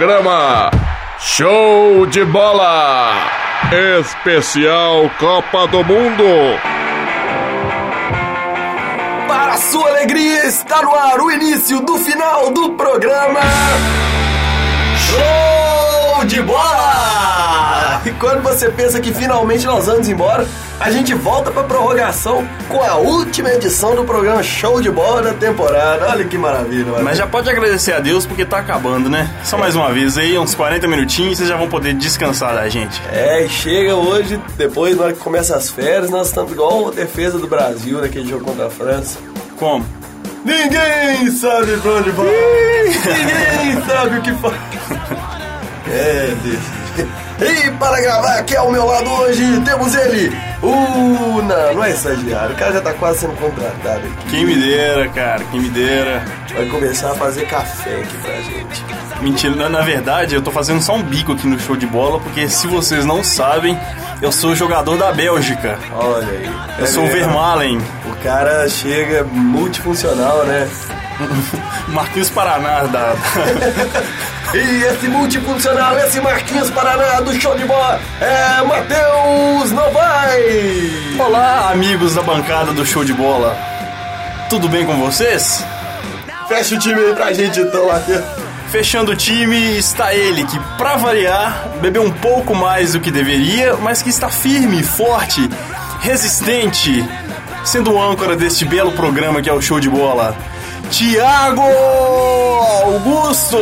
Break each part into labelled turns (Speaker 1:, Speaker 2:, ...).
Speaker 1: Programa Show de Bola Especial Copa do Mundo.
Speaker 2: Para sua alegria, está no ar o início do final do programa Show de Bola! E quando você pensa que finalmente nós vamos embora, a gente volta para prorrogação com a última edição do programa Show de Bola da temporada. Olha que maravilha, mano.
Speaker 3: Mas já pode agradecer a Deus porque tá acabando, né? Só mais uma vez aí, uns 40 minutinhos e vocês já vão poder descansar da gente.
Speaker 2: É, e chega hoje, depois, na hora que começa as férias, nós estamos igual a defesa do Brasil naquele jogo contra a França.
Speaker 3: Como?
Speaker 2: Ninguém sabe pra onde vai. Ninguém sabe o que faz. É, deixa. E para gravar aqui ao meu lado hoje, temos ele, o... Não, não é estagiário, o cara já tá quase sendo contratado aqui.
Speaker 3: Quem me dera, cara, quem me dera.
Speaker 2: Vai começar a fazer café aqui pra gente.
Speaker 3: Mentira, na, na verdade eu tô fazendo só um bico aqui no show de bola, porque se vocês não sabem, eu sou jogador da Bélgica.
Speaker 2: Olha aí.
Speaker 3: Eu
Speaker 2: É
Speaker 3: sou um o
Speaker 2: mesmo.
Speaker 3: Vermalen,
Speaker 2: O cara chega multifuncional, né?
Speaker 3: Marquinhos Paraná da,
Speaker 2: E esse multifuncional, esse Marquinhos Paraná do show de bola é Matheus Novaes.
Speaker 3: Olá, amigos da bancada do Show de Bola. Tudo bem com vocês?
Speaker 2: Fecha o time aí pra gente então, Matheus.
Speaker 3: Fechando o time está ele que, pra variar, bebeu um pouco mais do que deveria, mas que está firme, forte, resistente, sendo o âncora deste belo programa que é o Show de Bola. Tiago Augusto!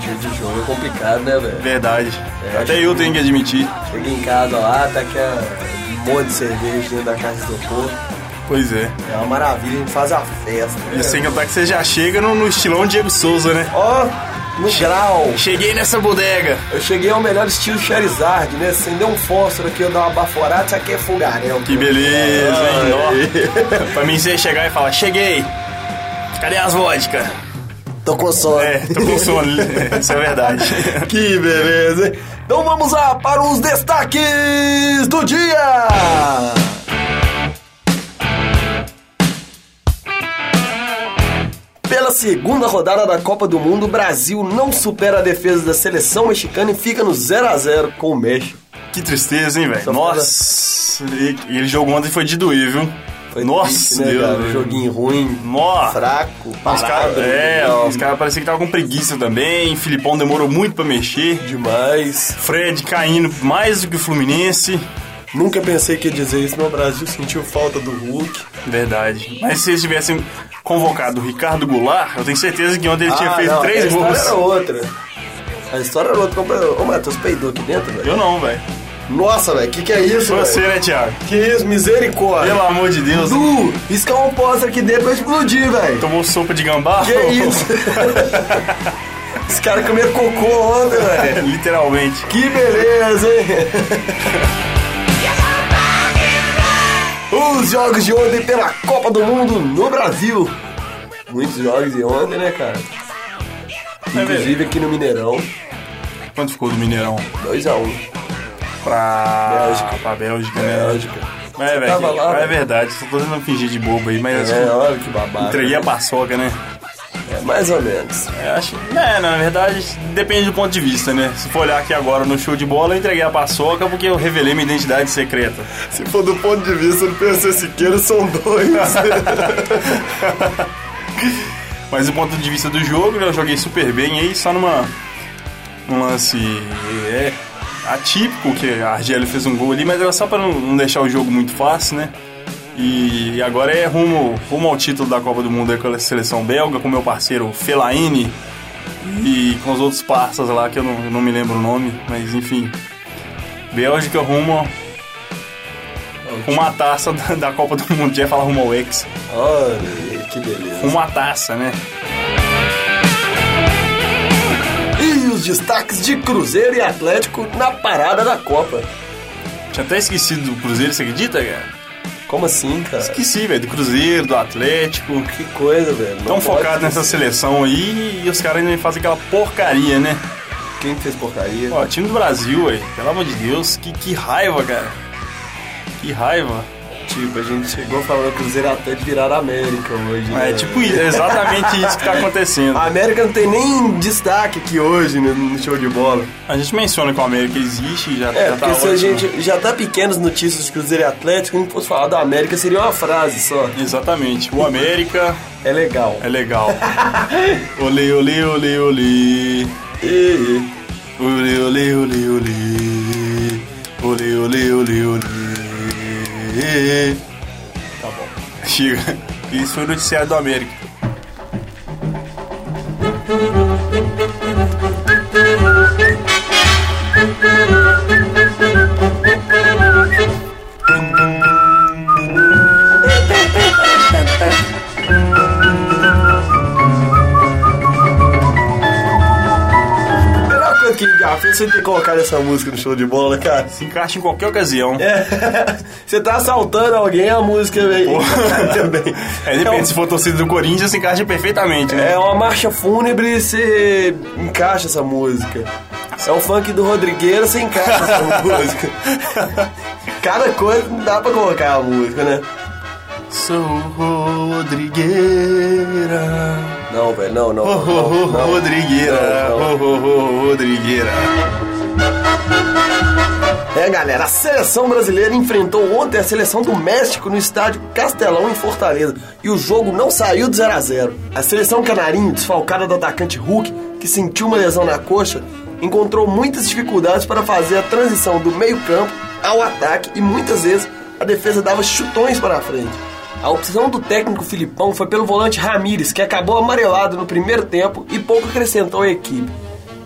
Speaker 2: Dia de jogo é complicado, né, velho?
Speaker 3: Verdade.
Speaker 2: É, acho
Speaker 3: Até eu tenho que admitir.
Speaker 2: Chega em casa lá, tá aqui um monte de cerveja dentro da casa do povo.
Speaker 3: Pois é.
Speaker 2: É uma maravilha, a gente faz a festa. né?
Speaker 3: E É sem contar que você já chega no, no estilão Diego Souza, né?
Speaker 2: Ó, no grau.
Speaker 3: Cheguei nessa bodega.
Speaker 2: Eu cheguei ao melhor estilo Charizard, né? Acendeu um fósforo aqui, eu dar uma baforada, isso aqui é fogaréu.
Speaker 3: Que beleza, hein? Ó. pra mim, você chegar e falar: Cheguei! Cadê as vodka?
Speaker 2: Tô com sono.
Speaker 3: É, tô com sono. Isso é verdade.
Speaker 2: Que beleza, hein? Então vamos lá para os destaques do dia! Pela segunda rodada da Copa do Mundo, o Brasil não supera a defesa da seleção mexicana e fica no 0 a 0 com o México.
Speaker 3: Que tristeza, hein, velho?
Speaker 2: Só
Speaker 3: Nossa! E e ele jogou ontem foi de doer, viu?
Speaker 2: Foi
Speaker 3: Nossa,
Speaker 2: triste, né,
Speaker 3: Deus,
Speaker 2: cara?
Speaker 3: velho.
Speaker 2: Joguinho ruim,
Speaker 3: Nossa!
Speaker 2: fraco,
Speaker 3: Os caras,
Speaker 2: parado.
Speaker 3: é, ó, os caras pareciam que estavam com preguiça também. Filipão demorou muito pra mexer.
Speaker 2: demais.
Speaker 3: Fred caindo mais do que o Fluminense.
Speaker 2: Nunca pensei que ia dizer isso, meu Brasil sentiu falta do Hulk.
Speaker 3: Verdade. Mas se eles tivessem convocado o Ricardo Goulart, eu tenho certeza que ontem ele tinha
Speaker 2: Ah,
Speaker 3: feito
Speaker 2: não, a
Speaker 3: três
Speaker 2: história
Speaker 3: gols.
Speaker 2: era outra. A história era outra. é, Ô, Matheus, peidou aqui dentro, velho?
Speaker 3: Eu não, velho.
Speaker 2: Nossa, velho, que que é isso,
Speaker 3: Você,
Speaker 2: velho?
Speaker 3: né, Thiago?
Speaker 2: Que isso, misericórdia.
Speaker 3: Pelo amor de Deus.
Speaker 2: Du, isso que é um poço aqui dentro vai explodir, velho.
Speaker 3: Tomou sopa de gambá?
Speaker 2: Que isso? Os caras comeram cocô ontem, velho.
Speaker 3: É, literalmente.
Speaker 2: Que beleza, hein? Os jogos de ontem pela Copa do Mundo no Brasil. Muitos jogos de ontem, né, cara?
Speaker 3: É
Speaker 2: Inclusive aqui no Mineirão,
Speaker 3: Quanto ficou do Mineirão?
Speaker 2: 2x1.
Speaker 3: Pra
Speaker 2: Bélgica.
Speaker 3: Pra Bélgica, né?
Speaker 2: Bélgica.
Speaker 3: É, velho,
Speaker 2: tava
Speaker 3: que-
Speaker 2: lá,
Speaker 3: é
Speaker 2: velho?
Speaker 3: verdade, só tô tentando fingir de bobo aí, mas
Speaker 2: É, olha que babado.
Speaker 3: entreguei a paçoca, né?
Speaker 2: É, mais ou menos.
Speaker 3: É, acho, é, na verdade, depende do ponto de vista, né? Se for olhar aqui agora no show de bola, eu entreguei a paçoca porque eu revelei minha identidade secreta.
Speaker 2: Se for do ponto de vista do PC Siqueira, são dois.
Speaker 3: Mas do ponto de vista do jogo, eu joguei super bem aí, só numa. um lance. é, atípico, que a Argélia fez um gol ali, mas era só pra não, não deixar o jogo muito fácil, né? E agora é rumo, rumo ao título da Copa do Mundo aí com a seleção belga, com meu parceiro Felaine e com os outros parças lá que eu não, não me lembro o nome, mas enfim. Bélgica rumo a uma taça da, da Copa do Mundo, já ia falar rumo ao ex.
Speaker 2: Olha, que beleza.
Speaker 3: Uma taça, né?
Speaker 2: E os destaques de Cruzeiro e Atlético na parada da Copa.
Speaker 3: Tinha até esquecido do Cruzeiro, você acredita, cara?
Speaker 2: Como assim, cara?
Speaker 3: Esqueci, velho, do Cruzeiro, do Atlético.
Speaker 2: Que coisa, velho. Não
Speaker 3: Tão
Speaker 2: pode.
Speaker 3: focado nessa seleção aí e os caras ainda fazem aquela porcaria, né?
Speaker 2: Quem fez porcaria?
Speaker 3: Ó, time do Brasil, velho, pelo amor de Deus, que, que raiva, cara. Que raiva.
Speaker 2: Tipo, a gente chegou falando que o Cruzeiro até virar América hoje. né?
Speaker 3: É tipo isso, é exatamente isso que tá acontecendo.
Speaker 2: A América não tem nem destaque aqui hoje no, no show de bola.
Speaker 3: A gente menciona que o América existe e já,
Speaker 2: É,
Speaker 3: já tá
Speaker 2: porque se a
Speaker 3: ótimo.
Speaker 2: gente já tá pequenas notícias de Cruzeiro e Atlético, não fosse falar da América seria uma frase só.
Speaker 3: Exatamente. O América
Speaker 2: É legal.
Speaker 3: é legal. olê, olê, olê, olê.
Speaker 2: E, e,
Speaker 3: Olê, olê, olê, olê. Olê, olê, olê, olê. Tá bom. Chega. Isso foi o noticiário do América.
Speaker 2: a melhor coisa que já fez foi ter colocado essa música no show de bola, né, cara.
Speaker 3: Se encaixa em qualquer ocasião.
Speaker 2: É, você tá assaltando alguém, a música vem. também.
Speaker 3: É,
Speaker 2: É,
Speaker 3: depende,
Speaker 2: um-
Speaker 3: se for torcida do Corinthians, se encaixa perfeitamente, né?
Speaker 2: é uma marcha fúnebre, você encaixa essa música. É o funk do Rodrigueiro, você encaixa essa música. Cada coisa não dá pra colocar a música, né?
Speaker 3: Sou Rodrigueira.
Speaker 2: Não, velho, não, não.
Speaker 3: Oh, oh,
Speaker 2: não,
Speaker 3: oh,
Speaker 2: não.
Speaker 3: Rodrigueira.
Speaker 2: Não, não.
Speaker 3: Oh, oh, oh, Rodrigueira.
Speaker 2: É, galera, a seleção brasileira enfrentou ontem a seleção do México no estádio Castelão, em Fortaleza. E o jogo não saiu de 0 a 0 A seleção canarinho, desfalcada do atacante Hulk, que sentiu uma lesão na coxa, encontrou muitas dificuldades para fazer a transição do meio-campo ao ataque e muitas vezes a defesa dava chutões para a frente. A opção do técnico Filipão foi pelo volante Ramires, que acabou amarelado no primeiro tempo e pouco acrescentou à equipe.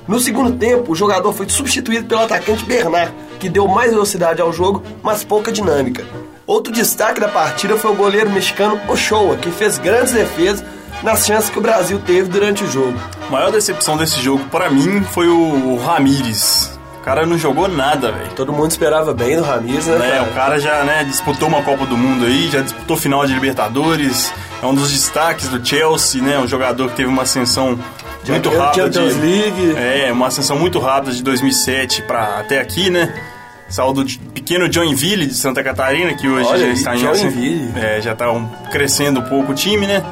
Speaker 2: No segundo tempo, o jogador foi substituído pelo atacante Bernard, que deu mais velocidade ao jogo, mas pouca dinâmica. Outro destaque da partida foi o goleiro mexicano Ochoa, que fez grandes defesas nas chances que o Brasil teve durante o jogo.
Speaker 3: A maior decepção desse jogo, pra mim, foi o Ramires. O cara não jogou nada, velho.
Speaker 2: Todo mundo esperava bem do Ramires, né?
Speaker 3: Né,
Speaker 2: cara?
Speaker 3: o cara já né, disputou uma Copa do Mundo aí, já disputou final de Libertadores, é um dos destaques do Chelsea, né? Um jogador que teve uma ascensão muito
Speaker 2: ganhou
Speaker 3: rápida.
Speaker 2: Champions
Speaker 3: de-
Speaker 2: League.
Speaker 3: É, uma ascensão muito rápida de 2007 para até aqui, né? Saiu do de- pequeno Joinville de Santa Catarina, que hoje
Speaker 2: Olha
Speaker 3: já
Speaker 2: aí,
Speaker 3: está em
Speaker 2: Joinville.
Speaker 3: é, já tá um- crescendo um pouco o time, né?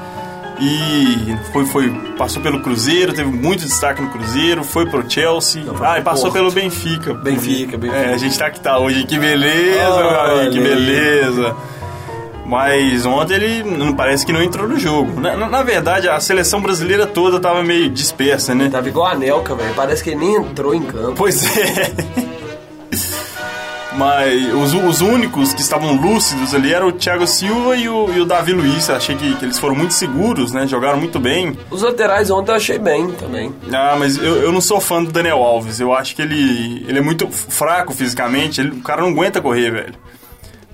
Speaker 3: E foi, foi, passou pelo Cruzeiro, teve muito destaque no Cruzeiro, foi pro Chelsea,
Speaker 2: foi
Speaker 3: ah,
Speaker 2: pro
Speaker 3: e passou
Speaker 2: Porto.
Speaker 3: pelo Benfica.
Speaker 2: Benfica, Benfica.
Speaker 3: É, a gente tá que tá hoje, hein? que beleza, meu
Speaker 2: Olha
Speaker 3: amigo, que
Speaker 2: aí.
Speaker 3: beleza. Mas ontem ele não parece que não entrou no jogo. Na, na- na verdade, a seleção brasileira toda tava meio dispersa, né?
Speaker 2: Tava igual a Nelka, velho. Parece que ele nem entrou em campo.
Speaker 3: Pois é. Mas os, os únicos que estavam lúcidos ali eram o Thiago Silva e o, e o Davi Luiz. Eu Achei que, que eles foram muito seguros, né? Jogaram muito bem.
Speaker 2: Os laterais ontem eu achei bem também.
Speaker 3: Ah, mas eu, eu não sou fã do Daniel Alves. Eu acho que ele, ele é muito fraco fisicamente. Ele- o cara não aguenta correr, velho.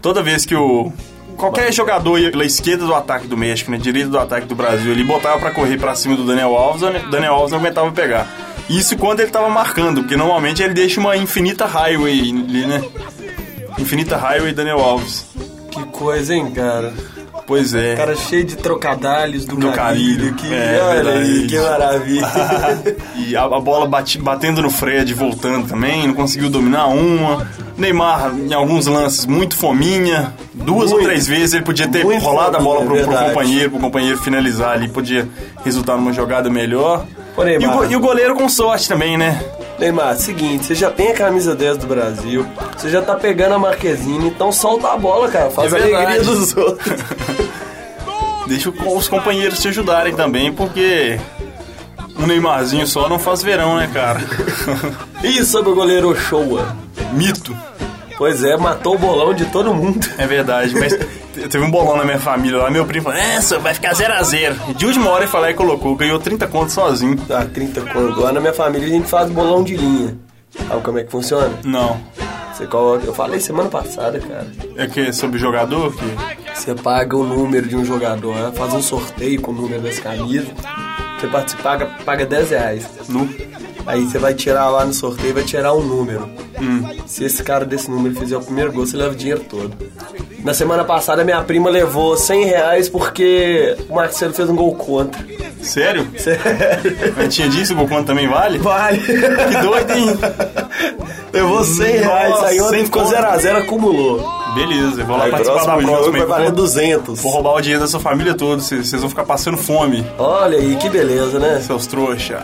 Speaker 3: Toda vez que o. Qualquer jogador ia pela esquerda do ataque do México, na direita do ataque do Brasil, ele botava pra correr pra cima do Daniel Alves, o Daniel Alves não aguentava pegar. Isso quando ele tava marcando, porque normalmente ele deixa uma infinita highway ali, né? Infinita highway Daniel Alves.
Speaker 2: Que coisa, hein, cara?
Speaker 3: Pois é.
Speaker 2: Cara cheio de trocadalhos do,
Speaker 3: Do Carilho.
Speaker 2: Que,
Speaker 3: É,
Speaker 2: olha aí,
Speaker 3: verdade.
Speaker 2: que maravilha.
Speaker 3: e a, a bola bati- batendo no Fred, voltando também, não conseguiu dominar uma. Neymar, em alguns lances, muito fominha. Duas ou
Speaker 2: Muito.
Speaker 3: três vezes ele podia ter
Speaker 2: Muito
Speaker 3: rolado a bola
Speaker 2: fominha,
Speaker 3: pro, pro
Speaker 2: verdade.
Speaker 3: companheiro, pro companheiro finalizar ali, podia resultar numa jogada melhor.
Speaker 2: Pô,
Speaker 3: e, o,
Speaker 2: Neymar.
Speaker 3: go- e o goleiro com sorte também, né?
Speaker 2: Neymar, seguinte, você já tem a camisa 10 do Brasil, você já tá pegando a Marquezine, então solta a bola, cara. Faz
Speaker 3: É
Speaker 2: a
Speaker 3: verdade.
Speaker 2: alegria dos outros.
Speaker 3: Deixa o- os companheiros te ajudarem também, porque um Neymarzinho só não faz verão, né, cara?
Speaker 2: E sobre o goleiro Ochoa?
Speaker 3: Mito.
Speaker 2: Pois é, matou o bolão de todo mundo.
Speaker 3: É verdade, mas te- teve um bolão na minha família lá, meu primo falou, essa vai ficar 0x0. De última hora ele falou e colocou, ganhou 30 conto sozinho.
Speaker 2: Ah, 30 quando. Lá na minha família a gente faz bolão de linha. Sabe como é que funciona?
Speaker 3: Não.
Speaker 2: Você coloca. Eu falei semana passada, cara.
Speaker 3: É que sobre o jogador que.
Speaker 2: Você paga o número de um jogador, né? faz um sorteio com o número das camisas. Você participa, paga, paga 10 reais.
Speaker 3: No...
Speaker 2: Aí você vai tirar lá no sorteio, vai tirar um número.
Speaker 3: Hum.
Speaker 2: Se esse cara desse número fizer o primeiro gol, você leva o dinheiro todo. Na semana passada, minha prima levou 100 reais porque o Marcelo fez um gol contra.
Speaker 3: Sério? Mas tinha disso, o Gokuan também vale?
Speaker 2: Vale!
Speaker 3: Que doido, hein?
Speaker 2: levou 100 reais,
Speaker 3: Nossa,
Speaker 2: aí ontem
Speaker 3: 100
Speaker 2: ficou
Speaker 3: conto.
Speaker 2: 0x0, acumulou.
Speaker 3: Beleza, eu vou lá
Speaker 2: Aí,
Speaker 3: participar da
Speaker 2: próximo jogo
Speaker 3: próxima.
Speaker 2: vai
Speaker 3: aí,
Speaker 2: valer
Speaker 3: vou-
Speaker 2: 200.
Speaker 3: Vou roubar o dinheiro dessa família toda, vocês vocês vão ficar passando fome,
Speaker 2: Olha aí, que beleza, né?
Speaker 3: seus trouxa.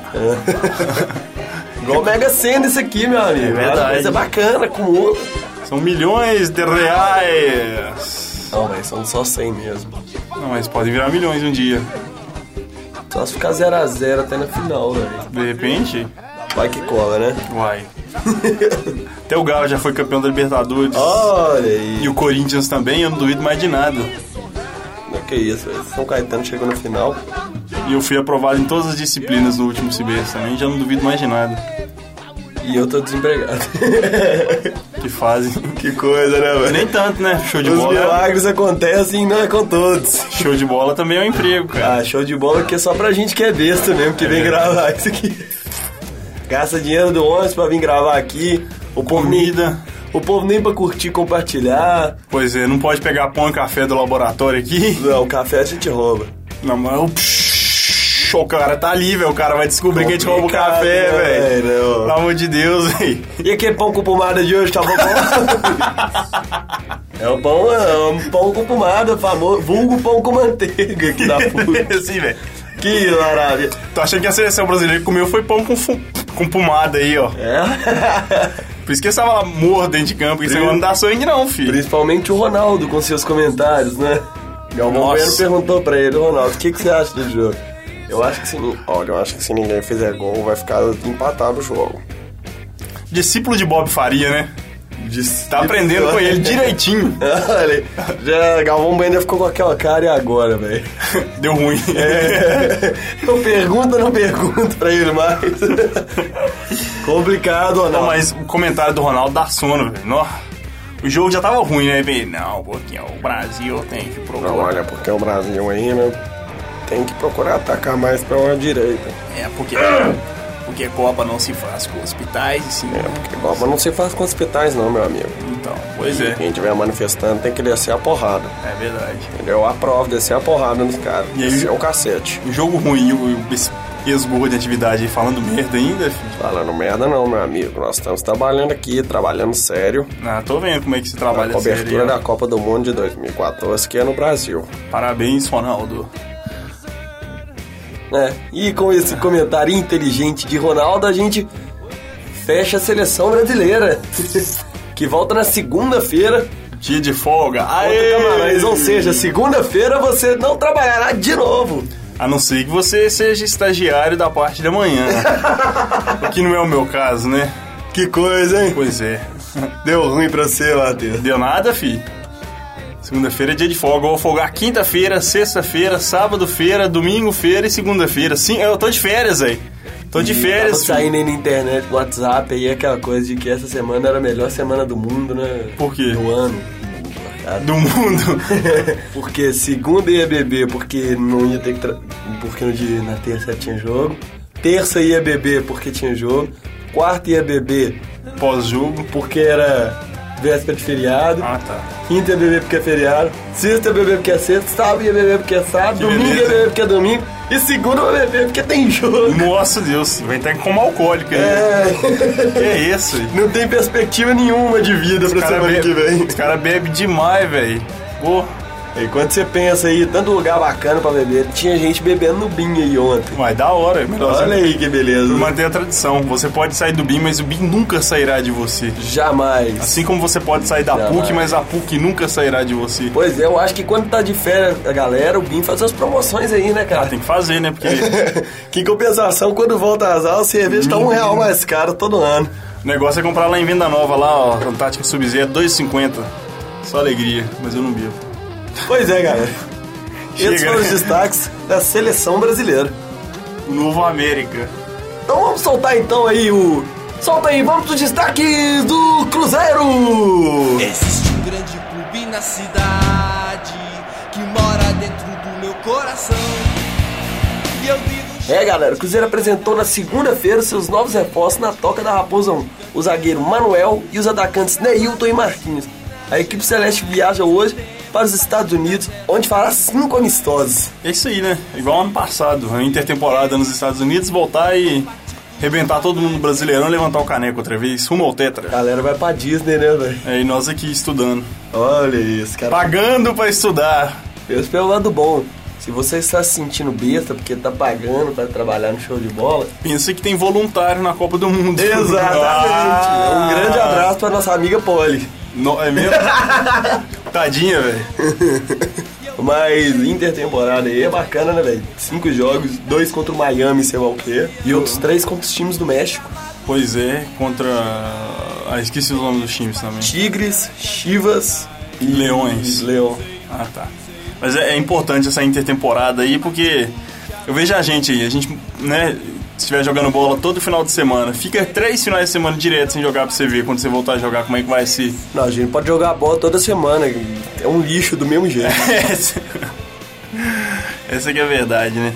Speaker 2: Igual Mega Sena isso aqui, meu amigo.
Speaker 3: É verdade.
Speaker 2: Coisa bacana, com ouro.
Speaker 3: São milhões de reais.
Speaker 2: Não, mas são só 100 mesmo.
Speaker 3: Não, mas podem virar milhões um dia.
Speaker 2: Só se ficar 0x0 até na final, velho.
Speaker 3: De repente,
Speaker 2: Vai que cola, né?
Speaker 3: uai. Até o Galo já foi campeão da Libertadores.
Speaker 2: Olha aí.
Speaker 3: E o Corinthians também, eu não duvido mais de nada.
Speaker 2: Que isso, velho. São Caetano chegou na final.
Speaker 3: E eu fui aprovado em todas as disciplinas no último CBS também, já não duvido mais de nada.
Speaker 2: E eu tô desempregado.
Speaker 3: Que fazem.
Speaker 2: que coisa, né, velho?
Speaker 3: Nem tanto, né? Show de
Speaker 2: Os
Speaker 3: bola.
Speaker 2: milagres acontecem, não é com todos.
Speaker 3: Show de bola também é um emprego, cara.
Speaker 2: Ah, show de bola que é só pra gente que é besta mesmo, que vem gravar isso aqui. Gasta dinheiro do ônibus pra vir gravar aqui. O povo, nem,
Speaker 3: Comida.
Speaker 2: o povo nem pra curtir, compartilhar.
Speaker 3: Pois é, não pode pegar pão e café do laboratório aqui.
Speaker 2: Não, o café a gente rouba.
Speaker 3: Não, mas o psh, o cara tá ali, velho. O cara vai descobrir que a gente rouba o
Speaker 2: Complicado,
Speaker 3: café,
Speaker 2: né,
Speaker 3: velho.
Speaker 2: velho?
Speaker 3: Pelo amor de Deus, velho.
Speaker 2: E aquele pão com pomada de hoje, tá bom? é o pão, é um pão com pomada, famoso, vulgo pão com manteiga que dá puta.
Speaker 3: Assim, velho.
Speaker 2: Que maravilha.
Speaker 3: Tô achando que a seleção brasileira que comeu foi pão com, fu- com pomada aí, ó.
Speaker 4: É.
Speaker 2: É.
Speaker 3: Por isso que você tava lá morto dentro de campo, porque você não dá sangue, não, filho.
Speaker 2: Principalmente o Ronaldo com seus comentários, né? O Bueno
Speaker 3: Nossa,
Speaker 2: perguntou pra ele, Ronaldo, o que, que você acha do jogo? Eu acho que se ninguém. Olha, eu acho que se ninguém fizer gol, vai ficar empatado o jogo.
Speaker 3: discípulo de Bob Faria, né? Tá aprendendo com ele direitinho.
Speaker 2: Olha, aí, já Galvão Bender ficou com aquela cara e agora, velho.
Speaker 3: Deu ruim.
Speaker 4: É.
Speaker 2: Eu pergunto ou não pergunto pra ele mais? Complicado,
Speaker 3: Não,
Speaker 2: Ronaldo.
Speaker 3: mas o comentário do Ronaldo dá sono, velho. Nó. O jogo já tava ruim, né? Ele, não, porque o Brasil tem que
Speaker 4: Não,
Speaker 3: procurar.
Speaker 4: olha, porque o Brasil aí, né? Tem que procurar atacar mais pra uma direita.
Speaker 3: É, porque, porque Copa não se faz com hospitais e sim.
Speaker 4: É, Porque Copa não se faz com hospitais, não, meu amigo.
Speaker 3: Então, pois é.
Speaker 4: Quem estiver manifestando tem que descer a porrada.
Speaker 3: É verdade.
Speaker 4: Entendeu? Eu aprovo, descer a porrada nos caras.
Speaker 3: E aí-
Speaker 4: Esse é o cacete.
Speaker 3: O Um jogo ruim, o, o, esse ex-gorro de atividade aí falando merda ainda, filho.
Speaker 4: Falando merda, não, meu amigo. Nós estamos trabalhando aqui, trabalhando sério.
Speaker 3: Ah, tô vendo como é que se
Speaker 4: A
Speaker 3: trabalha essa
Speaker 4: cobertura
Speaker 3: série, ó.
Speaker 4: da Copa do Mundo de 2014, que é no Brasil.
Speaker 3: Parabéns, Ronaldo.
Speaker 4: né?
Speaker 2: É, e com esse comentário inteligente de Ronaldo, a gente fecha a seleção brasileira. que volta na segunda-feira
Speaker 3: Dia de folga.
Speaker 2: contra
Speaker 3: Aê!
Speaker 2: Camarões. Ou seja, segunda-feira você não trabalhará de novo.
Speaker 3: A não ser que você seja estagiário da parte da manhã. o que não é o meu caso, né?
Speaker 2: Que coisa, hein?
Speaker 3: Pois é.
Speaker 2: Deu ruim pra você, Matheus.
Speaker 3: Deu nada, fi. Segunda-feira é dia de folga. Eu vou folgar quinta-feira, sexta-feira, sábado-feira, domingo-feira e segunda-feira. Sim, eu tô de férias aí. Tô de férias. fi.
Speaker 2: saindo aí na internet, no WhatsApp, aí aquela coisa de que essa semana era a melhor semana do mundo, né?
Speaker 3: Por quê?
Speaker 2: Do ano.
Speaker 3: Do mundo.
Speaker 2: Porque segunda ia beber porque não ia ter que tra... porque no dia, na terça tinha jogo. Terça ia beber porque tinha jogo. Quarta ia beber
Speaker 3: Pós-jogo.
Speaker 2: porque era véspera de feriado.
Speaker 3: Ah, tá.
Speaker 2: Quinta ia beber porque é feriado. Sexta ia beber porque é sexta. Sábado ia beber porque é sábado.
Speaker 3: Que
Speaker 2: domingo ia
Speaker 3: beleza. Né?
Speaker 2: beber porque é domingo. E segunda vai beber porque tem jogo.
Speaker 3: Nossa Deus, vai estar como alcoólico aí. Que é isso? aí?
Speaker 2: Não tem perspectiva nenhuma de vida pra
Speaker 3: cara é
Speaker 2: semana que
Speaker 3: bebe-
Speaker 2: vem.
Speaker 3: Os caras bebem demais, velho. Pô,
Speaker 2: E quando você pensa aí, tanto lugar bacana pra beber, tinha gente bebendo no Binho aí ontem.
Speaker 3: mas da hora. é Melhor
Speaker 2: Olha
Speaker 3: você
Speaker 2: aí que beleza.
Speaker 3: manter a tradição. Você pode sair do BIM, mas o BIM nunca sairá de você.
Speaker 2: Jamais.
Speaker 3: Assim como você pode sair da
Speaker 2: Jamais.
Speaker 3: PUC, mas a PUC nunca sairá de você.
Speaker 2: Pois é, eu acho que quando tá de férias, a galera, o BIM faz as promoções aí, né, cara?
Speaker 3: Tem que fazer, né? Porque
Speaker 2: que em compensação, quando volta às aulas, a cerveja
Speaker 3: Uhum.
Speaker 2: tá um real mais caro todo ano.
Speaker 3: o negócio é comprar lá em Venda Nova, lá, ó, Antártica Sub-Zero, 2,50. Só alegria, mas eu não bebo.
Speaker 2: Pois é, galera. Esses
Speaker 3: Chega,
Speaker 2: foram os
Speaker 3: né?
Speaker 2: destaques da seleção brasileira.
Speaker 3: O Novo América.
Speaker 2: Então vamos soltar então aí o. Solta aí, vamos pros destaques do Cruzeiro!
Speaker 5: Existe um grande clube na cidade que mora dentro do meu coração. E eu vivo
Speaker 2: É, galera, o Cruzeiro apresentou na segunda-feira seus novos reforços na Toca da Raposa 1. O zagueiro Manuel e os atacantes Neilton e Marquinhos. A equipe celeste viaja hoje para os Estados Unidos, onde fará cinco amistosos.
Speaker 3: É isso aí, né? Igual ano passado, a intertemporada nos Estados Unidos, voltar e rebentar todo mundo no brasileirão e levantar o caneco outra vez, rumo ao tetra.
Speaker 2: A galera vai pra Disney, né, velho?
Speaker 3: É, e nós aqui estudando.
Speaker 2: Olha isso, cara.
Speaker 3: Pagando pra estudar.
Speaker 2: Esse pelo lado bom. Se você está se sentindo besta porque tá pagando pra trabalhar no show de bola,
Speaker 3: Pensa que tem voluntário na Copa do Mundo.
Speaker 2: Exatamente.
Speaker 3: Ah.
Speaker 2: Um grande abraço pra nossa amiga Polly.
Speaker 3: No- é mesmo? Tadinha, velho.
Speaker 2: Mas intertemporada aí é bacana, né, velho? Cinco jogos, dois contra o Miami, sei lá o quê, e outros três contra os times do México.
Speaker 3: Pois é, contra. Ah, esqueci o nome dos times também.
Speaker 2: Tigres, Chivas e
Speaker 3: Leões.
Speaker 2: Leão.
Speaker 3: Ah, tá. Mas é, é importante essa intertemporada aí, porque eu vejo a gente aí, a gente, né, estiver jogando bola todo final de semana, fica três finais de semana direto sem jogar pra você ver quando você voltar a jogar como é que vai se.
Speaker 2: Não, a gente pode jogar a bola toda semana, é um lixo do mesmo jeito.
Speaker 3: Essa- Essa que é a verdade, né?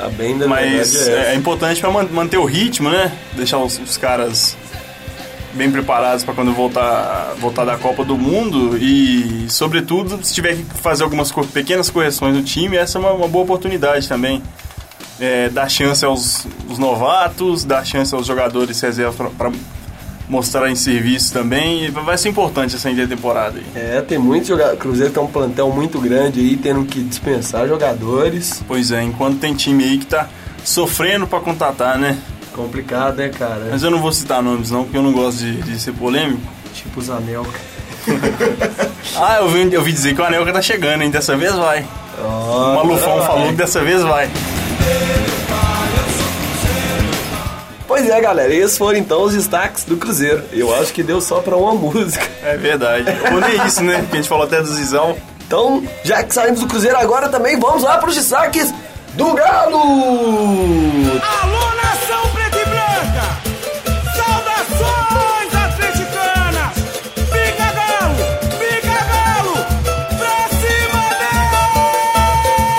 Speaker 2: A bem da
Speaker 3: Mas
Speaker 2: verdade é
Speaker 3: é, é
Speaker 2: essa.
Speaker 3: importante pra man- manter o ritmo, né? Deixar os, os caras bem preparados pra quando voltar, voltar da Copa do Mundo e, sobretudo, se tiver que fazer algumas co- pequenas correções no time, essa é uma, uma boa oportunidade também. É, dar chance aos, aos novatos, dar chance aos jogadores reserva pra, pra mostrar em serviço também. E vai ser importante essa intertemporada aí.
Speaker 2: É, tem muitos jogadores. Cruzeiro tem um plantel muito grande aí, tendo que dispensar jogadores.
Speaker 3: Pois é, enquanto tem time aí que tá sofrendo pra contratar, né?
Speaker 2: Complicado, né, cara?
Speaker 3: Mas eu não vou citar nomes não, porque eu não gosto de, de ser polêmico.
Speaker 2: Tipo os anel.
Speaker 3: Ah, eu vi, eu vi dizer que o Anelka tá chegando, hein? Dessa vez vai. O
Speaker 2: Ah,
Speaker 3: Malufão falou que dessa vez vai.
Speaker 2: Pois é, galera, esses foram então os destaques do Cruzeiro. Eu acho que deu só pra uma música.
Speaker 3: É verdade. Ou nem isso, né? Porque a gente falou até do Zizão.
Speaker 2: Então, já que saímos do Cruzeiro agora também, vamos lá pros destaques do Galo!
Speaker 6: Alô, nação preta e branca! Saudações atleticanas! Fica galo! Fica galo! Pra cima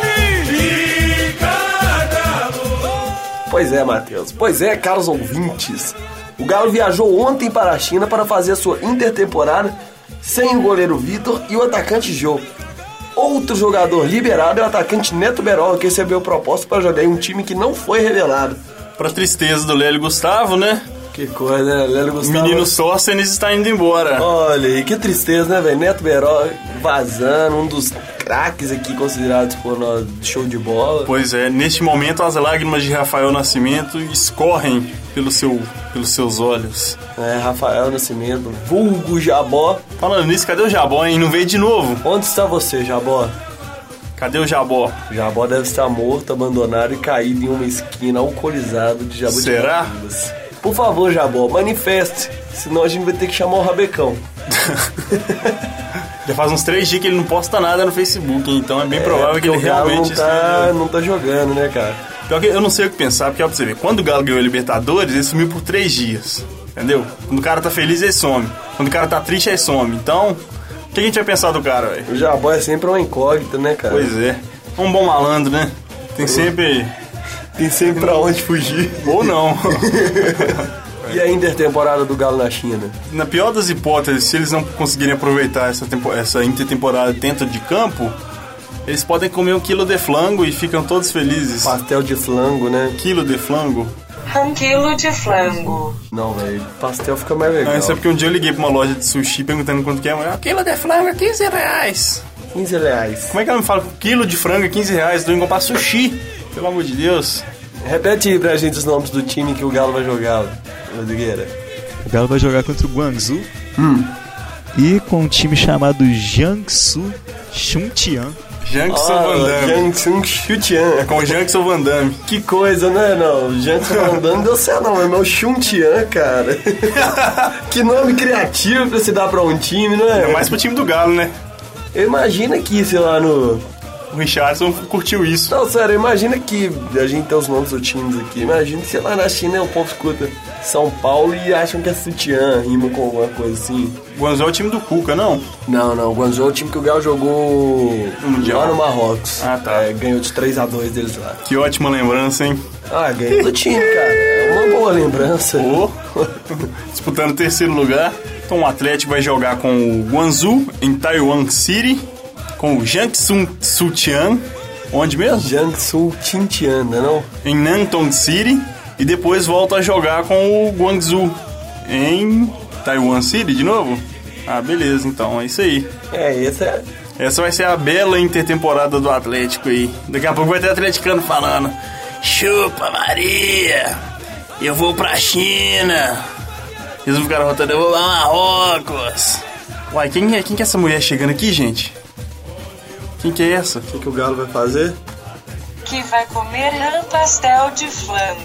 Speaker 6: dele! Fica galo!
Speaker 2: Pois é, Matheus. Pois é, caros ouvintes. O Galo viajou ontem para a China para fazer a sua intertemporada sem o goleiro Vitor e o atacante Jô. Outro jogador liberado é o atacante Neto Berola, que recebeu proposta para jogar em um time que não foi revelado.
Speaker 3: Pra tristeza do Lélio Gustavo, né?
Speaker 2: Que coisa, né, Lélio
Speaker 3: O
Speaker 2: Gustavo?
Speaker 3: menino Sócenes está indo embora.
Speaker 2: Olha, e que tristeza, né, velho? Neto Beró vazando, um dos craques aqui considerados por nós de show de bola.
Speaker 3: Pois é, neste momento as lágrimas de Rafael Nascimento escorrem pelo seu, pelos seus olhos.
Speaker 2: É, Rafael Nascimento, vulgo Jabó.
Speaker 3: Falando nisso, cadê o Jabó, hein? Não veio de novo.
Speaker 2: Onde está você, Jabó?
Speaker 3: Cadê o Jabó?
Speaker 2: Jabó deve estar morto, abandonado e caído em uma esquina alcoolizado de Jabuticabas. Por favor, Jabó, manifeste, senão a gente vai ter que chamar o Rabecão.
Speaker 3: Já faz uns três dias que ele não posta nada no Facebook, então é bem provável que
Speaker 2: porque
Speaker 3: ele
Speaker 2: o Galo
Speaker 3: realmente
Speaker 2: não tá,
Speaker 3: esteja-
Speaker 2: não tá jogando, né, cara?
Speaker 3: Pior que eu não sei o que pensar, porque ó, pra você ver, quando o Galo ganhou a Libertadores, ele sumiu por três dias. Entendeu? Quando o cara tá feliz, ele some. Quando o cara tá triste, ele some. Então, o que a gente vai pensar do cara, velho?
Speaker 2: O Jabó é sempre uma incógnita, né, cara?
Speaker 3: Pois é. É Um bom malandro, né? Tem sempre.
Speaker 2: Tem sempre pra onde fugir.
Speaker 3: Ou não. é.
Speaker 2: E a intertemporada do Galo na China?
Speaker 3: Na pior das hipóteses, se eles não conseguirem aproveitar essa, tempo, essa intertemporada dentro de campo, eles podem comer um quilo de flango e ficam todos felizes.
Speaker 2: Pastel de flango, né?
Speaker 3: Quilo de flango?
Speaker 7: Um quilo de flango.
Speaker 2: Não, velho. Pastel fica mais legal.
Speaker 3: Não, isso é porque um dia eu liguei pra uma loja de sushi perguntando quanto que é, mas "Ah, quilo de frango é 15 reais.
Speaker 2: 15 reais.
Speaker 3: Como é que ela me fala que quilo de frango é 15 reais? Eu tô indo comprar sushi. Pelo amor de Deus.
Speaker 2: Repete aí pra gente os nomes do time que o Galo vai jogar, Rodrigueira.
Speaker 8: O Galo vai jogar contra o Guangzhou. E com um time chamado Jiangsu Chuntian.
Speaker 3: Jankson
Speaker 2: Ah,
Speaker 3: Van Damme.
Speaker 2: Jansung Chutian.
Speaker 3: Com o Jankson Van Damme.
Speaker 2: Que coisa, né, não? Jansung Vandano deu certo, não, mas é o Chuntian, cara. que nome criativo pra se dar pra um time, não
Speaker 3: É
Speaker 2: é?
Speaker 3: mais pro time do Galo, né?
Speaker 2: Eu imagino aqui, sei lá, no.
Speaker 3: O Richardson curtiu isso.
Speaker 2: Não, sério, imagina que a gente tem os nomes dos times aqui. Imagina, sei lá, na China é o povo escuta São Paulo e acham que é sutiã, rima com alguma coisa assim.
Speaker 3: O Guanzão é o time do Cuca, não?
Speaker 2: Não, não. O Guangzhou é o time que o Galo jogou
Speaker 3: Mundial.
Speaker 2: lá no Marrocos.
Speaker 3: Ah, tá.
Speaker 2: É, ganhou de 3x2 deles lá.
Speaker 3: Que ótima lembrança, hein?
Speaker 2: Ah, ganhou do time, cara. É uma boa lembrança.
Speaker 3: Ô. Disputando o terceiro lugar. Então o Atlético vai jogar com o Guangzhou em Taiwan City. Com o Janksun Sutian. Onde mesmo?
Speaker 2: Jiangsu Tintian, não é não?
Speaker 3: em Nantong City E depois volta a jogar com o Guangzhou em Taiwan City de novo? Ah, beleza, então é isso aí.
Speaker 4: É, esse é.
Speaker 3: Essa vai ser a bela intertemporada do Atlético aí. Daqui a pouco vai ter atleticano falando: Chupa Maria, eu vou pra China. Eles vão ficar rotando, eu vou pra Marrocos. Uai, quem é, quem que é essa mulher chegando aqui, gente? Quem que é essa?
Speaker 2: O que, que o Galo vai fazer?
Speaker 7: que vai comer um pastel de flango.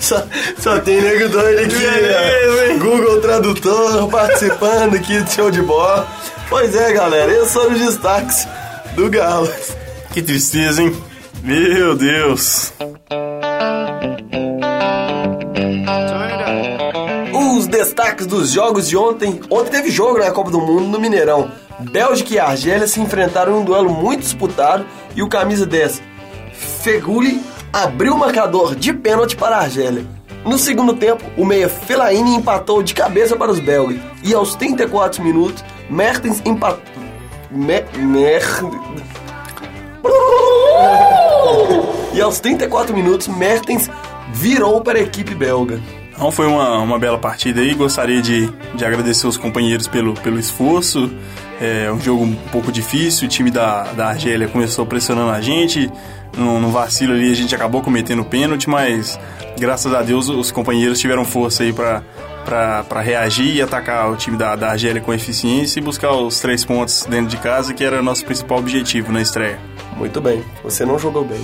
Speaker 2: Só, só tem nego doido aqui, né? Google Tradutor participando aqui do show de bola. Pois é, galera, esses foram os destaques do Galo.
Speaker 3: Que tristeza, hein? Meu Deus.
Speaker 2: Os destaques dos jogos de ontem. Ontem teve jogo na Copa do Mundo no Mineirão. Bélgica e Argélia se enfrentaram em um duelo muito disputado e o camisa 10, Feguli, abriu o marcador de pênalti para a Argélia. No segundo tempo, o meia Fellaini empatou de cabeça para os belgas. E aos 34 minutos, Mertens empatou... Me... Mer... E aos 34 minutos, Mertens virou para a equipe belga.
Speaker 3: Então foi uma, uma bela partida aí. Gostaria de, de agradecer os companheiros pelo, pelo esforço. É um jogo um pouco difícil. O time da, da Argélia começou pressionando a gente. Num, num vacilo ali a gente acabou cometendo pênalti, mas graças a Deus os companheiros tiveram força aí pra, pra, pra reagir e atacar o time da, da Argélia com eficiência e buscar os três pontos dentro de casa, que era o nosso principal objetivo na estreia.
Speaker 2: Muito bem, você não jogou bem.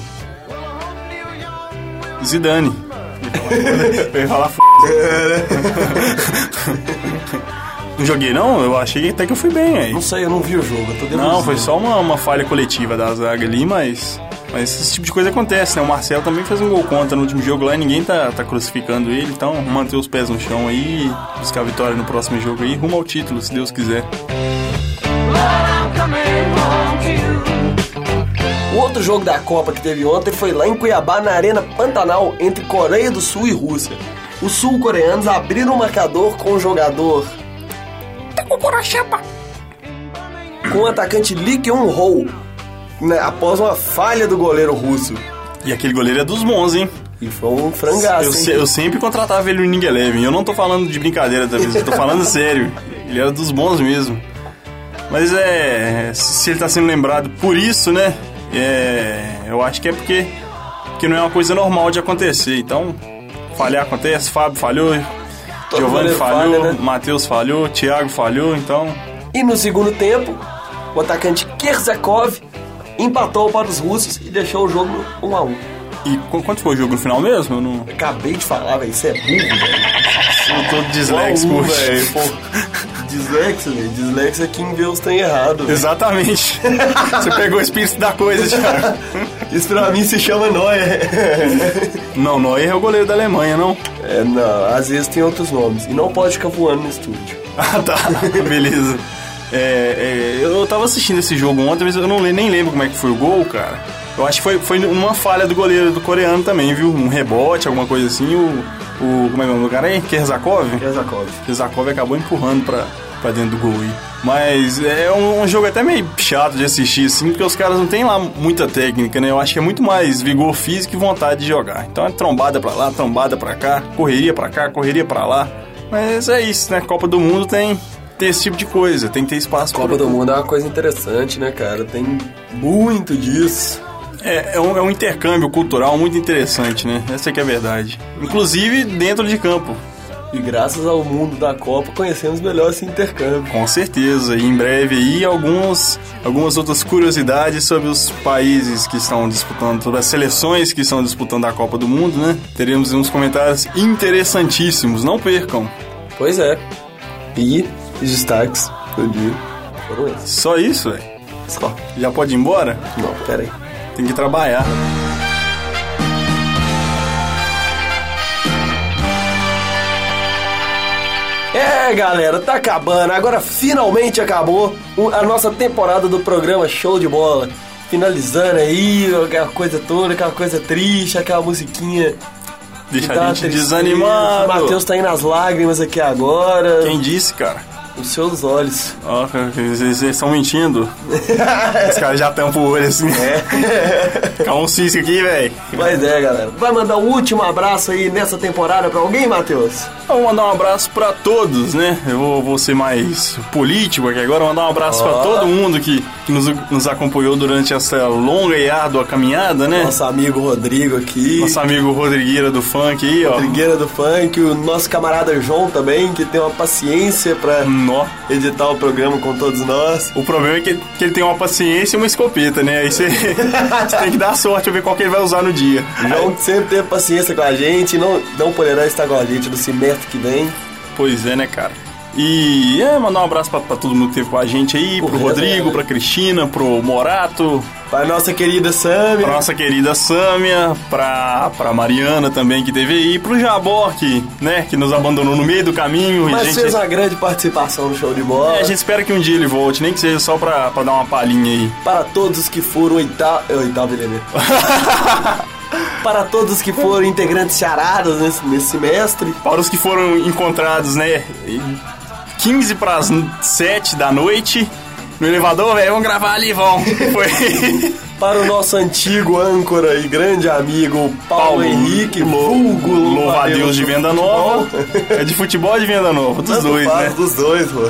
Speaker 3: Zidane. Eu ia falar f. Não joguei não, eu achei até que eu fui bem aí.
Speaker 2: Não né? sei, eu não vi o jogo, eu tô deduzindo.
Speaker 3: Não, foi só uma, uma falha coletiva da zaga ali, mas. Mas esse tipo de coisa acontece, né? O Marcelo também fez um gol contra no último jogo lá e ninguém tá, tá crucificando ele, então manter os pés no chão aí, buscar a vitória no próximo jogo aí, rumo ao título, se Deus quiser.
Speaker 2: O outro jogo da Copa que teve ontem foi lá em Cuiabá, na Arena Pantanal, entre Coreia do Sul e Rússia. Os sul-coreanos abriram o marcador com o jogador. Com o atacante Lee Kyung-ho, né, após uma falha do goleiro russo.
Speaker 3: E aquele goleiro é dos bons, hein?
Speaker 2: E foi um frangaço.
Speaker 3: Eu,
Speaker 2: hein?
Speaker 3: se- eu sempre contratava ele no Ning Eleven. Eu não tô falando de brincadeira também, eu tô falando sério. Ele era dos bons mesmo. Mas é. Se ele tá sendo lembrado por isso, né? É, eu acho que é porque que não é uma coisa normal de acontecer. Então, falhar acontece, Fábio falhou,
Speaker 2: Todo
Speaker 3: Giovanni
Speaker 2: goleiro
Speaker 3: falhou,
Speaker 2: falha, né?
Speaker 3: Matheus falhou, Thiago falhou, então.
Speaker 2: E no segundo tempo, o atacante Kerzakov empatou para os russos e deixou o jogo no 1 a 1
Speaker 3: E qu- quanto foi o jogo no final mesmo? Eu não.
Speaker 2: Acabei de falar, velho, isso é burro, velho.
Speaker 3: Eu tô disléxico
Speaker 2: Um a um,
Speaker 3: hoje.
Speaker 2: velho, pô. Dislexia, velho. Dislexia é quem vê os trem errado. velho.
Speaker 3: Exatamente. Você pegou o espírito da coisa, Thiago.
Speaker 2: Isso pra mim se chama nóia.
Speaker 3: Não, Neuer é o goleiro da Alemanha, não.
Speaker 2: É, não, às vezes tem outros nomes. E não pode ficar voando no estúdio.
Speaker 3: Ah, tá. Beleza. É, é, eu tava assistindo esse jogo ontem, mas eu não le- nem lembro como é que foi o gol, cara. Eu acho que foi, foi uma falha do goleiro do coreano também, viu? Um rebote, alguma coisa assim. O, o como é que é o nome do cara aí? Kerzakov?
Speaker 2: Kerzakov.
Speaker 3: Kerzakov acabou empurrando pra, pra dentro do gol aí. Mas é um, um jogo até meio chato de assistir, assim, porque os caras não têm lá muita técnica, né? Eu acho que é muito mais vigor físico e vontade de jogar. Então é trombada pra lá, trombada pra cá, correria pra cá, correria pra lá. Mas é isso, né? Copa do Mundo tem, tem esse tipo de coisa, tem que ter espaço pra-
Speaker 2: Copa do Mundo é uma coisa interessante, né, cara? Tem muito disso.
Speaker 3: É, é um, é um intercâmbio cultural muito interessante, né? Essa que é a verdade. Inclusive dentro de campo.
Speaker 2: E graças ao mundo da Copa, conhecemos melhor esse intercâmbio.
Speaker 3: Com certeza, e em breve aí alguns, algumas outras curiosidades sobre os países que estão disputando, sobre as seleções que estão disputando a Copa do Mundo, né? Teremos uns comentários interessantíssimos, não percam.
Speaker 2: Pois é. E os destaques do dia foram esses.
Speaker 3: Só isso, velho?
Speaker 2: Só.
Speaker 3: Já pode ir embora?
Speaker 2: Não, pera aí.
Speaker 3: Tem que trabalhar.
Speaker 2: É, galera, tá acabando. Agora finalmente acabou o- a nossa temporada do programa Show de Bola. Finalizando aí, aquela coisa toda, aquela coisa triste, aquela musiquinha. que
Speaker 3: Deixa
Speaker 2: dá
Speaker 3: a
Speaker 2: uma
Speaker 3: gente
Speaker 2: tristeza. tá
Speaker 3: desanimado.
Speaker 2: Matheus tá indo nas lágrimas aqui agora.
Speaker 3: Quem disse, cara?
Speaker 2: Os seus olhos.
Speaker 3: Ó, cara, eles eles estão mentindo. Os caras já tampam o olho assim.
Speaker 2: É.
Speaker 3: Calma um cisco aqui, velho.
Speaker 2: Mas é, galera. Vai mandar o último abraço aí nessa temporada pra alguém, Matheus?
Speaker 3: Eu vou mandar um abraço pra todos, né? Eu vou, vou ser mais político aqui agora, mandar um abraço pra todo mundo que, que nos, nos árdua durante essa longa e árdua caminhada, né?
Speaker 2: Nosso amigo Rodrigo aqui.
Speaker 3: Nosso amigo Rodrigueira do Funk aí, ó.
Speaker 2: Trigueira do Funk, o nosso camarada João também, que tem uma paciência pra
Speaker 3: Nó.
Speaker 2: editar o programa com todos nós.
Speaker 3: O problema é que, que ele tem uma paciência e uma escopeta, né? Aí você você tem que dar sorte pra ver qual que ele vai usar no dia.
Speaker 2: O João que sempre teve paciência com a gente, não, não poderá estar com a gente no semestre que vem.
Speaker 3: Pois é, né, cara? E é, mandar um abraço pra, pra todo mundo que teve com a gente aí, pro
Speaker 2: Porra,
Speaker 3: Rodrigo,
Speaker 2: velho.
Speaker 3: pra Cristina, pro Morato,
Speaker 2: Pra nossa querida Sammy.
Speaker 3: pra nossa querida Sâmia, pra, pra Mariana também que teve aí, pro Jabor que, né, que nos abandonou no meio do caminho. e a
Speaker 2: Mas
Speaker 3: gente,
Speaker 2: fez uma grande participação no show de bola.
Speaker 3: é, a gente espera que um dia ele volte, nem que seja só pra, pra dar uma palhinha aí.
Speaker 2: Para todos que foram oita... é, oitavo elemento. Para todos que foram integrantes charadas nesse, nesse semestre.
Speaker 3: Para os que foram encontrados, né, 15 pras 7 da noite, no elevador, velho, vamos gravar ali, vão. Foi...
Speaker 2: Para o nosso antigo âncora e grande amigo Paulo,
Speaker 3: Paulo
Speaker 2: Henrique,
Speaker 3: Lou-
Speaker 2: vulgo
Speaker 3: Louva a Deus de
Speaker 2: do
Speaker 3: Venda
Speaker 2: futebol.
Speaker 3: Nova. É de futebol ou de Venda Nova? Dos
Speaker 2: Tanto
Speaker 3: dois,
Speaker 2: faz,
Speaker 3: né?
Speaker 2: Dos dois, pô.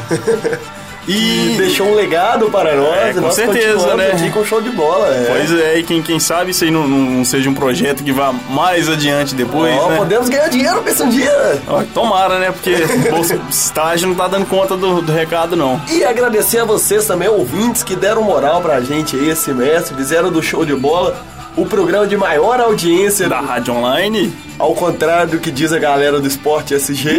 Speaker 2: E
Speaker 3: E.
Speaker 2: deixou um legado para nós.
Speaker 3: É,
Speaker 2: e
Speaker 3: com
Speaker 2: nós
Speaker 3: certeza,
Speaker 2: continuamos
Speaker 3: né?
Speaker 2: aqui com show de bola. É.
Speaker 3: Pois é, e quem, quem sabe isso aí não, não- não seja um projeto que vá mais adiante depois,
Speaker 2: Ó,
Speaker 3: né?
Speaker 2: Podemos ganhar dinheiro com esse um dia.
Speaker 3: Ó, Tomara, né? Porque bolsa estágio não tá dando conta do, do recado, não.
Speaker 2: E agradecer a vocês também, ouvintes, que deram moral pra gente aí esse mês, fizeram do show de bola o programa de maior audiência,
Speaker 3: Da rádio online?
Speaker 2: ao contrário do que diz a galera do Esporte SG.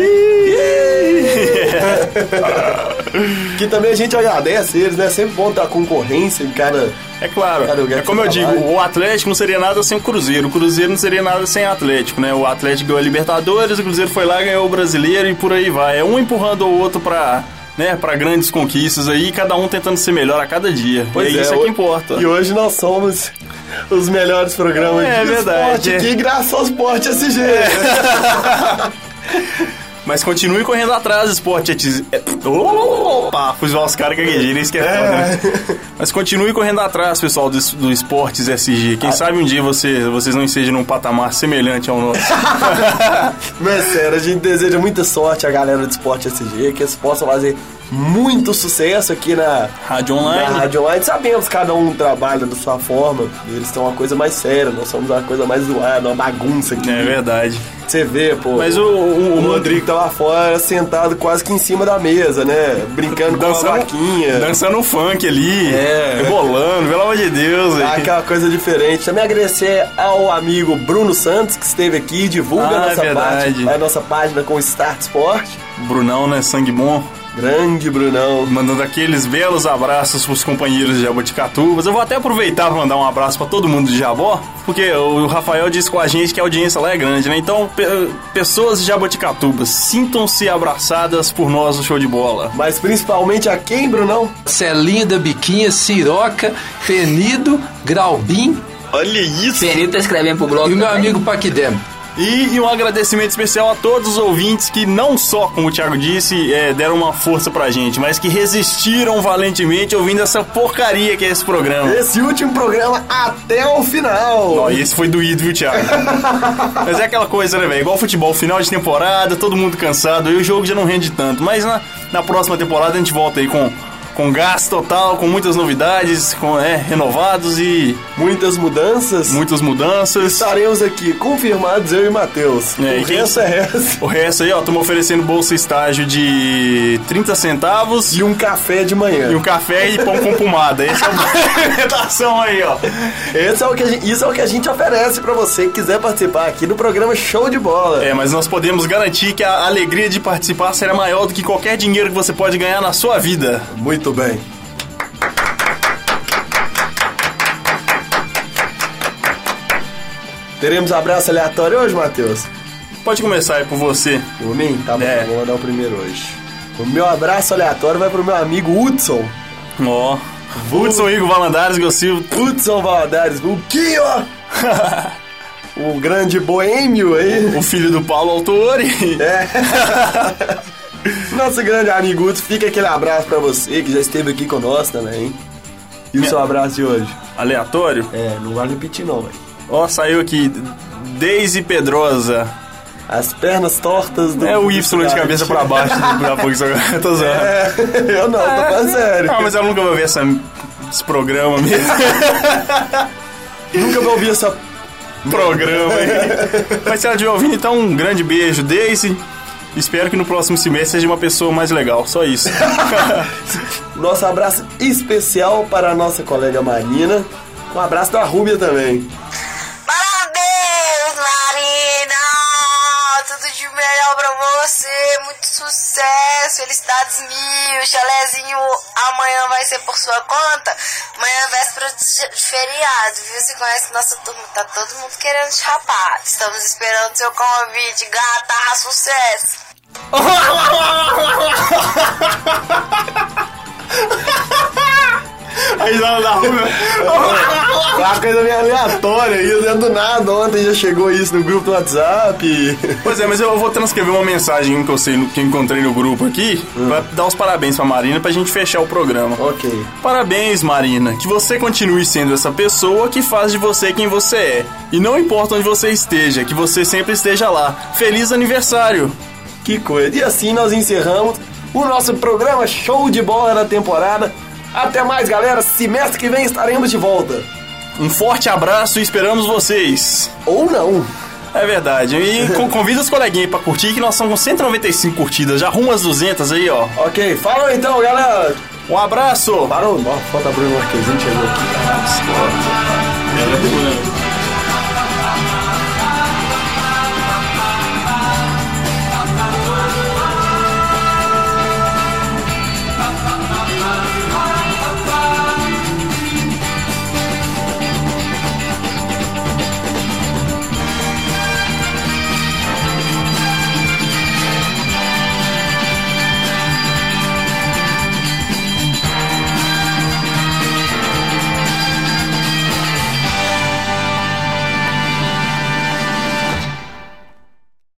Speaker 2: que também a gente agradece eles, né? Sempre bom ter a concorrência em cada.
Speaker 3: É claro.
Speaker 2: Cara, eu quero
Speaker 3: é como eu
Speaker 2: que
Speaker 3: digo,
Speaker 2: trabalhe.
Speaker 3: o Atlético não seria nada sem o Cruzeiro. O Cruzeiro não seria nada sem o Atlético, né? O Atlético ganhou a Libertadores, o Cruzeiro foi lá, ganhou o Brasileiro e por aí vai. É um empurrando o outro pra, né, pra grandes conquistas aí, cada um tentando ser melhor a cada dia.
Speaker 2: Pois
Speaker 3: é, isso é
Speaker 2: ho-
Speaker 3: que importa.
Speaker 2: E hoje nós somos os melhores programas
Speaker 3: É
Speaker 2: de
Speaker 3: verdade,
Speaker 2: esporte
Speaker 3: é.
Speaker 2: aqui, graças ao Esporte SG.
Speaker 3: Mas continue correndo atrás, esporte. atiz- é- Opa, fui zoar os caras que gaguejei, isso que é foda, né? Mas continue correndo atrás, pessoal, do, es- do Esportes SG. Quem sabe um dia você, vocês não estejam num patamar semelhante ao nosso.
Speaker 2: Mas sério, a gente deseja muita sorte à galera do Esporte SG, que eles possam fazer muito sucesso aqui na,
Speaker 3: Rádio
Speaker 2: na
Speaker 3: Online.
Speaker 2: Rádio Online. Sabemos que cada um trabalha da sua forma, e eles estão uma coisa mais séria, nós somos uma coisa mais zoada, uma bagunça aqui.
Speaker 3: É verdade.
Speaker 2: Você vê, pô.
Speaker 3: Mas o,
Speaker 2: O
Speaker 3: o, o
Speaker 2: Rodrigo tá lá fora, sentado quase que em cima da mesa, né? Brincando com a
Speaker 3: dançando,
Speaker 2: vaquinha.
Speaker 3: dançando um funk ali,
Speaker 2: É. Tá
Speaker 3: rebolando, pelo amor de Deus.
Speaker 2: Dá
Speaker 3: velho.
Speaker 2: Aquela coisa diferente. Também agradecer ao amigo Bruno Santos, que esteve aqui, divulga
Speaker 3: Ah,
Speaker 2: a, nossa
Speaker 3: verdade.
Speaker 2: parte- a nossa página com o Start Sport.
Speaker 3: Brunão, né? Sangue bom.
Speaker 2: Grande Brunão.
Speaker 3: Mandando aqueles belos abraços pros companheiros de Jaboticatubas. Eu vou até aproveitar pra mandar um abraço pra todo mundo de Jabó, porque o Rafael disse com a gente que a audiência lá é grande, né? Então, pe- pessoas de Jaboticatubas, sintam-se abraçadas por nós no show de bola.
Speaker 2: Mas principalmente a quem, Brunão?
Speaker 9: Celinha da Biquinha, Siroca, Penido, Graubim.
Speaker 3: Olha isso!
Speaker 9: Penido tá escrevendo pro blog. E o meu amigo Paquidemo.
Speaker 3: E, e um agradecimento especial a todos os ouvintes que não só, como o Thiago disse, é, deram uma força pra gente, mas que resistiram valentemente ouvindo essa porcaria que é esse programa.
Speaker 2: Esse último programa até o final.
Speaker 3: Ó, e esse foi doído, viu, Thiago? mas é aquela coisa, né, velho? Igual futebol, final de temporada, todo mundo cansado, aí o jogo já não rende tanto. Mas na, na próxima temporada a gente volta aí com, com gás total, com muitas novidades, com é, renovados e
Speaker 2: Muitas mudanças.
Speaker 3: muitas mudanças.
Speaker 2: Estaremos aqui confirmados, eu e Matheus.
Speaker 3: É, e
Speaker 2: o
Speaker 3: quem-
Speaker 2: resto é resto.
Speaker 3: O resto aí, ó, estamos oferecendo bolsa estágio de 30 centavos.
Speaker 2: E um café de manhã.
Speaker 3: E um café e pão com pomada. Essa é a apresentação aí, ó.
Speaker 2: Esse é o que a gente, isso é o que a gente oferece pra você que quiser participar aqui do programa Show de Bola.
Speaker 3: É, mas nós podemos garantir que a alegria de participar será maior do que qualquer dinheiro que você pode ganhar na sua vida.
Speaker 2: Muito bem. Teremos abraço aleatório hoje, Matheus?
Speaker 3: Pode começar aí por você.
Speaker 2: Por mim? Tá bom,
Speaker 3: É.
Speaker 2: vou mandar o primeiro hoje. O meu abraço aleatório vai pro meu amigo Hudson.
Speaker 3: Ó. Hudson, Igor Valandares, Gossilvo.
Speaker 2: Hudson Valadares, o Kio! o grande boêmio aí.
Speaker 3: O filho do Paulo Autori.
Speaker 2: É. Nosso grande amigo Guto, fica aquele abraço pra você que já esteve aqui conosco também. E o seu abraço de hoje?
Speaker 3: Aleatório?
Speaker 2: É, não vai repetir não, velho.
Speaker 3: Ó, saiu aqui. Daisy Pedrosa.
Speaker 2: As pernas tortas do.
Speaker 3: É o Y de cabeça pra baixo do Botafogo. Tô zoando.
Speaker 2: É, eu não, tô falando sério.
Speaker 3: Ah, mas ela nunca vai ver essa, esse programa mesmo.
Speaker 2: Nunca vou ouvir essa.
Speaker 3: programa aí. Mas se ela estiver ouvindo, então um grande beijo, Daisy. Espero que no próximo semestre seja uma pessoa mais legal. Só isso.
Speaker 2: Nosso abraço especial para a nossa colega Marina. Um abraço da Rúbia também.
Speaker 10: Parabéns, Marina! Tudo de melhor pra você, muito sucesso, felicidades mil, chalezinho amanhã vai ser por sua conta, amanhã é véspera de ch- de feriado, viu? Você conhece nossa turma, tá todo mundo querendo te rapar. Estamos esperando seu convite, gata, sucesso!
Speaker 3: Aí lá na rua.
Speaker 2: Foi uma coisa meio aleatória isso, né? do nada. Ontem já chegou isso no grupo do WhatsApp.
Speaker 3: Pois é, mas eu vou transcrever uma mensagem que eu sei que eu encontrei no grupo aqui. Pra dar os parabéns pra Marina pra gente fechar o programa.
Speaker 2: ok.
Speaker 3: Parabéns, Marina. Que você continue sendo essa pessoa que faz de você quem você é. E não importa onde você esteja, que você sempre esteja lá. Feliz aniversário!
Speaker 2: Que coisa. E assim nós encerramos o nosso programa show de bola da temporada. Até mais, galera. Semestre que vem estaremos de volta.
Speaker 3: Um forte abraço e esperamos vocês.
Speaker 2: Ou não.
Speaker 3: É verdade. E co- convida os coleguinhas aí pra curtir, que nós estamos com 195 curtidas. Já rumo às 200 aí, ó.
Speaker 2: Ok, falou então, galera.
Speaker 3: Um abraço!
Speaker 2: Parou? Ó, Falta Bruno Marquezine chegou aqui.
Speaker 3: Ela é boa, né?